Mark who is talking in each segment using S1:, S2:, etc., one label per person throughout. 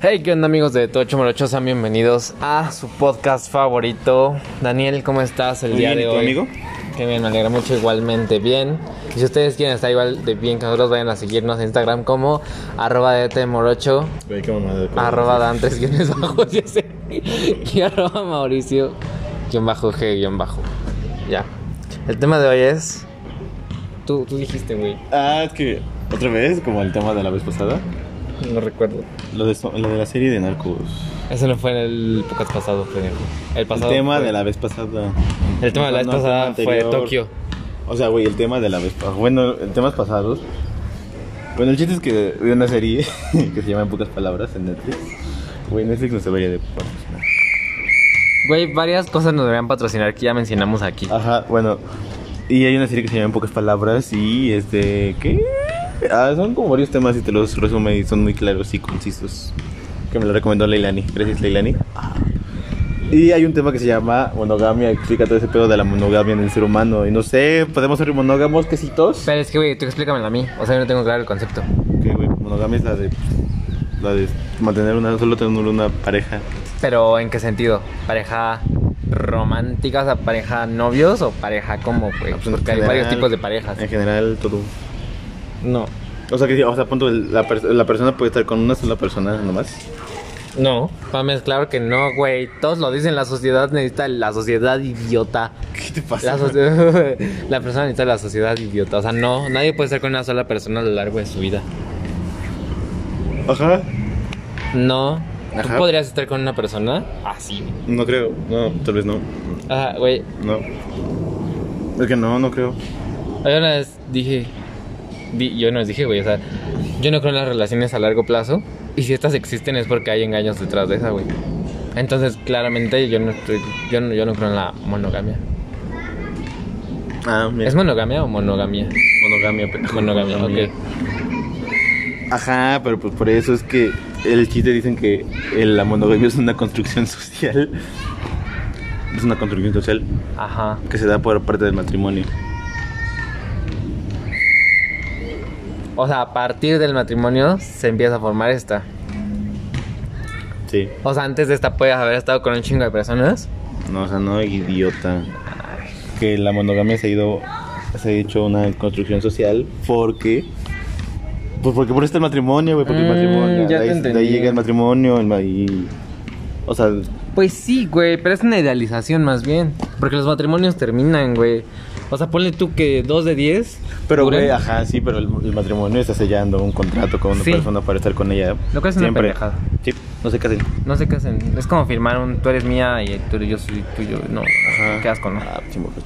S1: Hey, ¿qué onda amigos de Tocho Morocho? Sean bienvenidos a su podcast favorito. Daniel, ¿cómo estás el
S2: Muy
S1: día
S2: bien,
S1: de
S2: ¿y tú,
S1: hoy?
S2: amigo?
S1: Qué bien, me alegra mucho igualmente bien. Y si ustedes quieren estar igual de bien que nosotros, vayan a seguirnos en Instagram como arroba DT Morocho,
S2: Güey, qué mamada de
S1: arroba Dantes, guiones bajo, ya sé, y arroba Mauricio, guión bajo, G, guión bajo. Ya. El tema de hoy es... Tú, tú dijiste, güey.
S2: Ah, es que otra vez, como el tema de la vez pasada,
S1: No recuerdo.
S2: lo de, lo de la serie de narcos.
S1: Eso no fue en el podcast pasado, pendejo. El pasado
S2: el tema
S1: fue-
S2: de la vez pasada.
S1: El tema de la vez
S2: No, el tema
S1: pasada fue
S2: anterior.
S1: Tokio.
S2: O sea, güey, el tema de la vez pasada. Bueno, en temas pasados. Bueno, el chiste es que vi una serie que se llama En pocas palabras en Netflix. Güey, Netflix no se vería de patrocinar.
S1: Güey, varias cosas nos deberían patrocinar que ya mencionamos aquí.
S2: Ajá, bueno. Y hay una serie que se llama En pocas palabras y es de... ¿Qué? Ah, son como varios temas y te los resume y son muy claros y concisos. Que me lo recomendó Leilani. Gracias, Leilani. Y hay un tema que se llama monogamia. Explica todo ese pedo de la monogamia en el ser humano. Y no sé, ¿podemos ser monógamos, quesitos?
S1: Pero es que, güey, tú explícamelo a mí. O sea, yo no tengo claro el concepto.
S2: Que, güey, monogamia es la de... La de mantener una... Solo tener una pareja.
S1: Pero, ¿en qué sentido? ¿Pareja romántica? O sea, ¿pareja novios o pareja como, güey?
S2: Pues, en
S1: Porque hay
S2: general- eh,
S1: varios tipos de parejas.
S2: En general, todo.
S1: No.
S2: O sea, que sí, o sea, punto, la, per- la persona puede estar con una sola persona nomás.
S1: No. Mames, claro que no, güey. Todos lo dicen, la sociedad necesita la sociedad idiota.
S2: ¿Qué te
S1: La, socie- la persona necesita la sociedad idiota. O sea, no, nadie puede estar con una sola persona a lo largo de su vida.
S2: Ajá.
S1: No. ¿Tú
S2: Ajá.
S1: podrías estar con una persona así?
S2: No creo. No, tal vez no.
S1: Ajá, güey.
S2: No. Es que no, no creo.
S1: Yo una vez dije, di- yo no les dije, güey, o sea, yo no creo en las relaciones a largo plazo y si estas existen es porque hay engaños detrás de esa, güey. Entonces, claramente yo no estoy, yo no, yo no creo en la monogamia.
S2: Ah, mira.
S1: ¿Es monogamia o monogamia?
S2: monogamia, pero.
S1: Monogamia, ok.
S2: Ajá, pero pues por eso es que el chiste dicen que el- la monogamia es una construcción social. Es una construcción social
S1: Ajá.
S2: que se da por parte del matrimonio.
S1: O sea, a partir del matrimonio se empieza a formar esta.
S2: Sí.
S1: O sea, antes de esta puedes haber estado con un chingo de personas.
S2: No, o sea, no, idiota. Que la monogamia se ha ido. Se ha hecho una construcción social porque. Pues porque por este matrimonio, güey. Porque
S1: Mm,
S2: el matrimonio.
S1: ya
S2: de,
S1: te
S2: ahí, de ahí
S1: entendí.
S2: llega el matrimonio. el ma- y, o sea,
S1: Pues sí, güey, pero es una idealización más bien. Porque los matrimonios terminan, güey. O sea, ponle tú que dos de diez.
S2: pero
S1: duran.
S2: güey, ajá, sí, pero el, el matrimonio está sellando un contrato con una
S1: Sí.
S2: persona para estar con ella.
S1: Lo que es una pendejada.
S2: Sí, no sé casi.
S1: No se casen. Es como firmar un tú eres mía y tú yo soy tuyo. No,
S2: Ajá.
S1: quedas con
S2: Ah, sí, me gusta.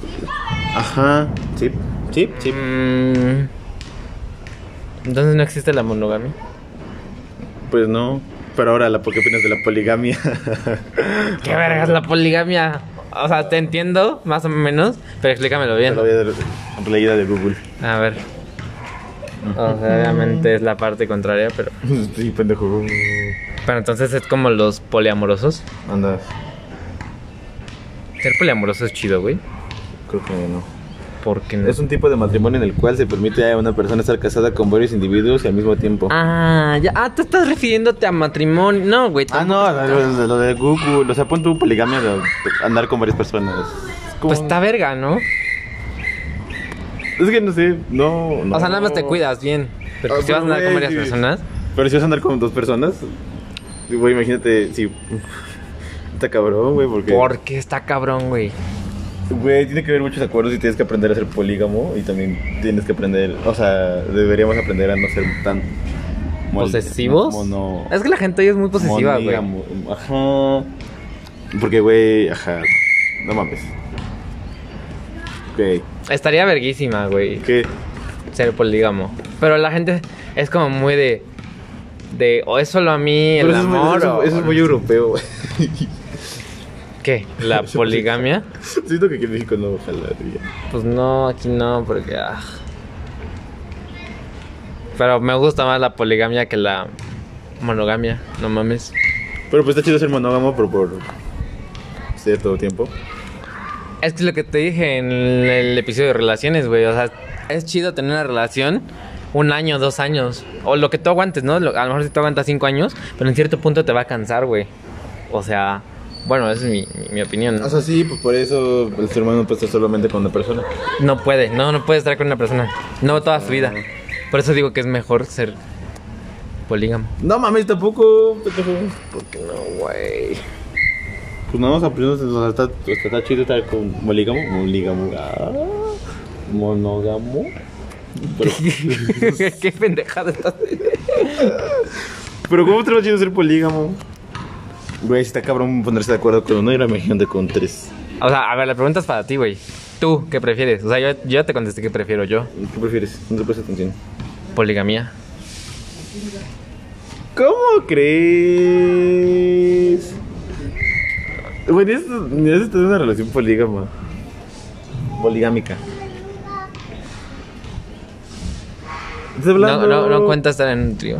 S2: Ajá, sí, sí, sí.
S1: Mm. Entonces no existe la monogamia.
S2: Pues no. Pero ahora, la, ¿por qué opinas de la poligamia?
S1: ¿Qué vergas la poligamia? O sea, te entiendo, más o menos, pero explícamelo bien.
S2: Pero voy a dar leída de Google.
S1: A ver. O sea, obviamente es la parte contraria, pero.
S2: Sí, pendejo.
S1: Pero entonces es como los poliamorosos.
S2: Anda,
S1: Ser poliamoroso es chido, güey.
S2: creo que no.
S1: Porque no.
S2: Es un tipo de matrimonio en el cual se permite a una persona estar casada con varios individuos y al mismo tiempo.
S1: Ah, ya. Ah, tú estás refiriéndote a matrimonio. No, güey.
S2: Ah, no, lo, lo- lo de Google. O sea, pon tu poligamia de andar con varias personas. Es como-
S1: Pues está verga, ¿no?
S2: Es que no sé, no. no.
S1: O sea, nada más te cuidas bien. Pero
S2: Ah,
S1: si vas a
S2: pero,
S1: andar con
S2: güey,
S1: varias
S2: sí.
S1: personas.
S2: Pero si vas a andar con dos personas, güey, imagínate si. Está cabrón, güey, porque.
S1: Porque está cabrón, güey.
S2: Güey, tiene que haber muchos acuerdos y tienes que aprender a ser polígamo y también tienes que aprender. O sea, deberíamos aprender a no ser tan. mol-
S1: ¿Posesivos?
S2: Mono.
S1: Es que la gente hoy es muy posesiva, güey.
S2: Monígamo- Ajá. Porque, güey, ajá. No mames. Güey,
S1: Estaría verguísima, güey.
S2: ¿qué?
S1: Ser polígamo. Pero la gente es como muy de. De. O es solo a mí el
S2: Pero eso es muy-
S1: amor.
S2: eso,
S1: o-
S2: eso es muy europeo, güey.
S1: ¿Qué? ¿La
S2: Eso-
S1: poligamia?
S2: Siento que aquí en México no jalaría.
S1: Pues no, aquí no, porque. ah. Pero me gusta más la poligamia que la monogamia. No mames.
S2: Pero pues está chido ser monógamo, pero por cierto tiempo.
S1: Es que lo que te dije en el episodio de relaciones, güey. O sea, es chido tener una relación, un año, dos años. O lo que tú aguantes, ¿no? Lo- a lo mejor si tú aguantas cinco años, pero en cierto punto te va a cansar, güey. O sea, bueno, esa es mi, mi- mi opinión.
S2: O sea, sí, pues por eso el ser humano puede estar solamente con una persona.
S1: No puede, no, no puede estar con una persona. No toda su
S2: Ah.
S1: vida. Por eso digo que es mejor ser polígamo.
S2: No mames, tampoco. pendejo.
S1: Porque no, güey.
S2: Pues no, o sea, pues, o sea, está, o sea, está chido estar con molígamo, molígamo, ah, monógamo. Pero,
S1: Qué pendejada estás.
S2: pero ¿cómo te va chido ser polígamo? Güey, si está cabrón ponerse de acuerdo con uno y la de con tres.
S1: O sea, a ver, la pregunta es para ti, güey. ¿Tú qué prefieres? O sea, yo, yo ya te contesté que prefiero yo.
S2: ¿Qué prefieres? No te prestes atención.
S1: Poligamía.
S2: ¿Cómo crees? Bueno, esto, esto es una relación polígama. Poligámica. ¿Estás
S1: No,
S2: hablando?
S1: no, no cuenta estar en un trío.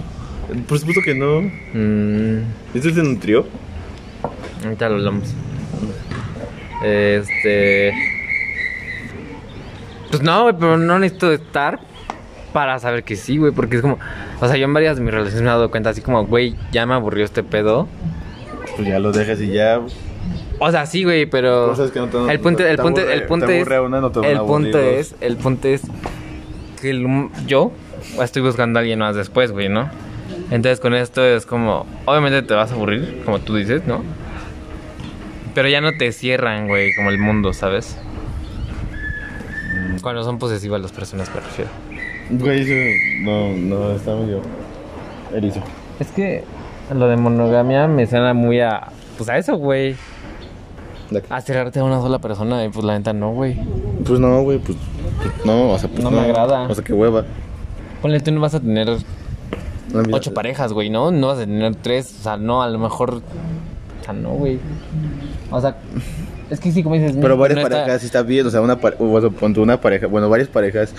S2: Por supuesto que no.
S1: Mm,
S2: ¿Esto es en un trío?
S1: ahorita lo hablamos. Este. Pues no, güey, pero no necesito estar para saber que sí, güey. Porque es como. O sea, yo en varias de mis relaciones me he dado cuenta así como, güey, ya me aburrió este pedo.
S2: Pues ya lo dejas y ya.
S1: O sea, sí, güey, pero.
S2: Cosas que no te-
S1: el punto, el
S2: te
S1: punto,
S2: aburre-
S1: el punto
S2: te
S1: es.
S2: aburre una, no te van a
S1: el punto
S2: aburrir
S1: es. El punto es. Que el hum- yo estoy buscando a alguien más después, güey, ¿no? Entonces con esto es como. Obviamente te vas a aburrir, como tú dices, ¿no? Pero ya no te cierran, güey, como el mundo, ¿sabes? Cuando son posesivas las personas, me refiero.
S2: Güey, eso. No, no, está medio. Erizo.
S1: Es que lo de monogamia me suena muy a. Pues a eso, güey. A cerrarte a una sola persona, y pues la neta no, güey.
S2: Pues no, güey, pues. No, o sea, pues
S1: No me agrada.
S2: O sea, qué hueva.
S1: Ponle, tú no vas a tener
S2: La vida-
S1: ocho parejas, güey, ¿no? No vas a tener tres, o sea, no, a lo mejor. O sea, no, güey. O sea, es que sí, como dices.
S2: Pero
S1: no
S2: varias
S1: está-
S2: parejas sí está bien, o sea, una, pare- o sea, pon tú una pareja, bueno, varias parejas.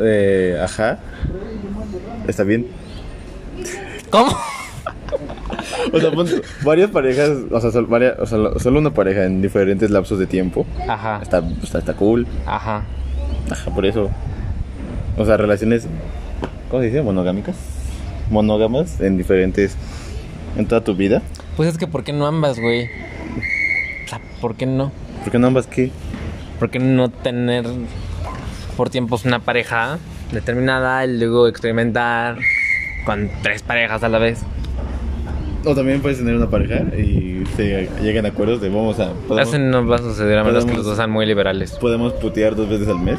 S2: Eh, ajá. Está bien.
S1: ¿Cómo?
S2: O sea, pon tú, varias parejas, o sea, sol- varia- o sea, lo- solo una pareja en diferentes lapsos de tiempo.
S1: Ajá,
S2: Está, está, está cool.
S1: ajá.
S2: Ajá, por eso. O sea, relaciones, ¿cómo se dice? Monogámicas. Monógamas en diferentes, en toda tu vida.
S1: Pues es que, ¿por qué no ambas, güey? O sea, ¿por qué no?
S2: ¿Por qué no ambas qué?
S1: ¿Por qué no tener por tiempos una pareja determinada y luego experimentar con tres parejas a la vez?
S2: O también puedes tener una pareja y se llegan a acuerdos de vamos a... podemos-
S1: Eso no va a suceder a menos que
S2: podemos-
S1: los dos sean muy liberales.
S2: Podemos putear dos veces al mes.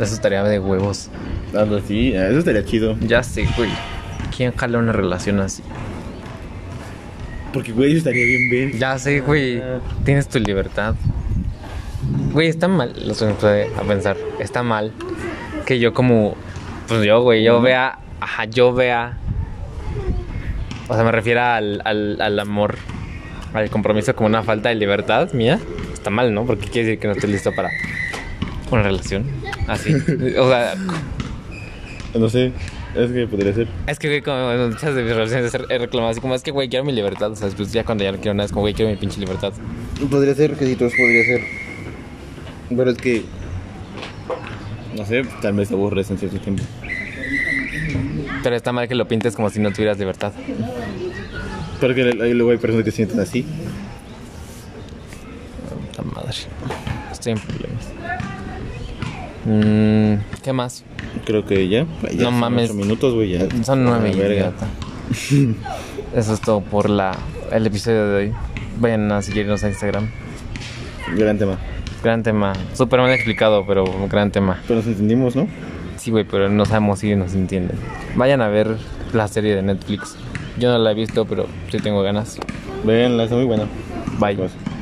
S1: Eso estaría de huevos.
S2: Algo así. ah, Eso estaría chido.
S1: Ya sé, güey. ¿Quién jala una relación así?
S2: Porque, güey, eso estaría bien ver.
S1: Ya sé, güey. Tienes tu libertad. Güey, está mal. Lo que me puse a pensar. Está mal que yo como... Pues yo, güey, yo vea... Ajá, yo vea... O sea, me refiero al, al, al amor, al compromiso como una falta de libertad mía. Está mal, ¿no? Porque quiere decir que no estoy listo para una relación. Así. O sea,
S2: No sé. Es que podría ser.
S1: Es que, güey, como en muchas de mis relaciones he reclamado así como, es que, güey, quiero mi libertad. O sea, después ya cuando ya no quiero nada, es como, güey, quiero mi pinche libertad.
S2: Podría ser, que si todos podría ser. Pero es que. No sé, tal vez te aburres en cierto tiempo.
S1: Pero está mal que lo pintes como si no tuvieras libertad.
S2: Pero que ahí luego hay personas que se sienten así.
S1: Puta madre. Estoy en problemas. Mm, ¿Qué más?
S2: Creo que ya. ya
S1: No
S2: son
S1: mames.
S2: ocho minutos, güey. Ya.
S1: Son nueve,
S2: Ah, verga.
S1: idiota. Eso es todo por la, el episodio de hoy. Vayan a seguirnos a Instagram.
S2: Gran tema.
S1: Gran tema. Súper mal explicado, pero un gran tema.
S2: Pero nos entendimos, ¿no?
S1: Sí, güey, pero no sabemos si nos entienden. Vayan a ver la serie de Netflix. Yo no la he visto, pero sí tengo ganas.
S2: Veanla, está muy buena.
S1: Bye.
S2: Pues.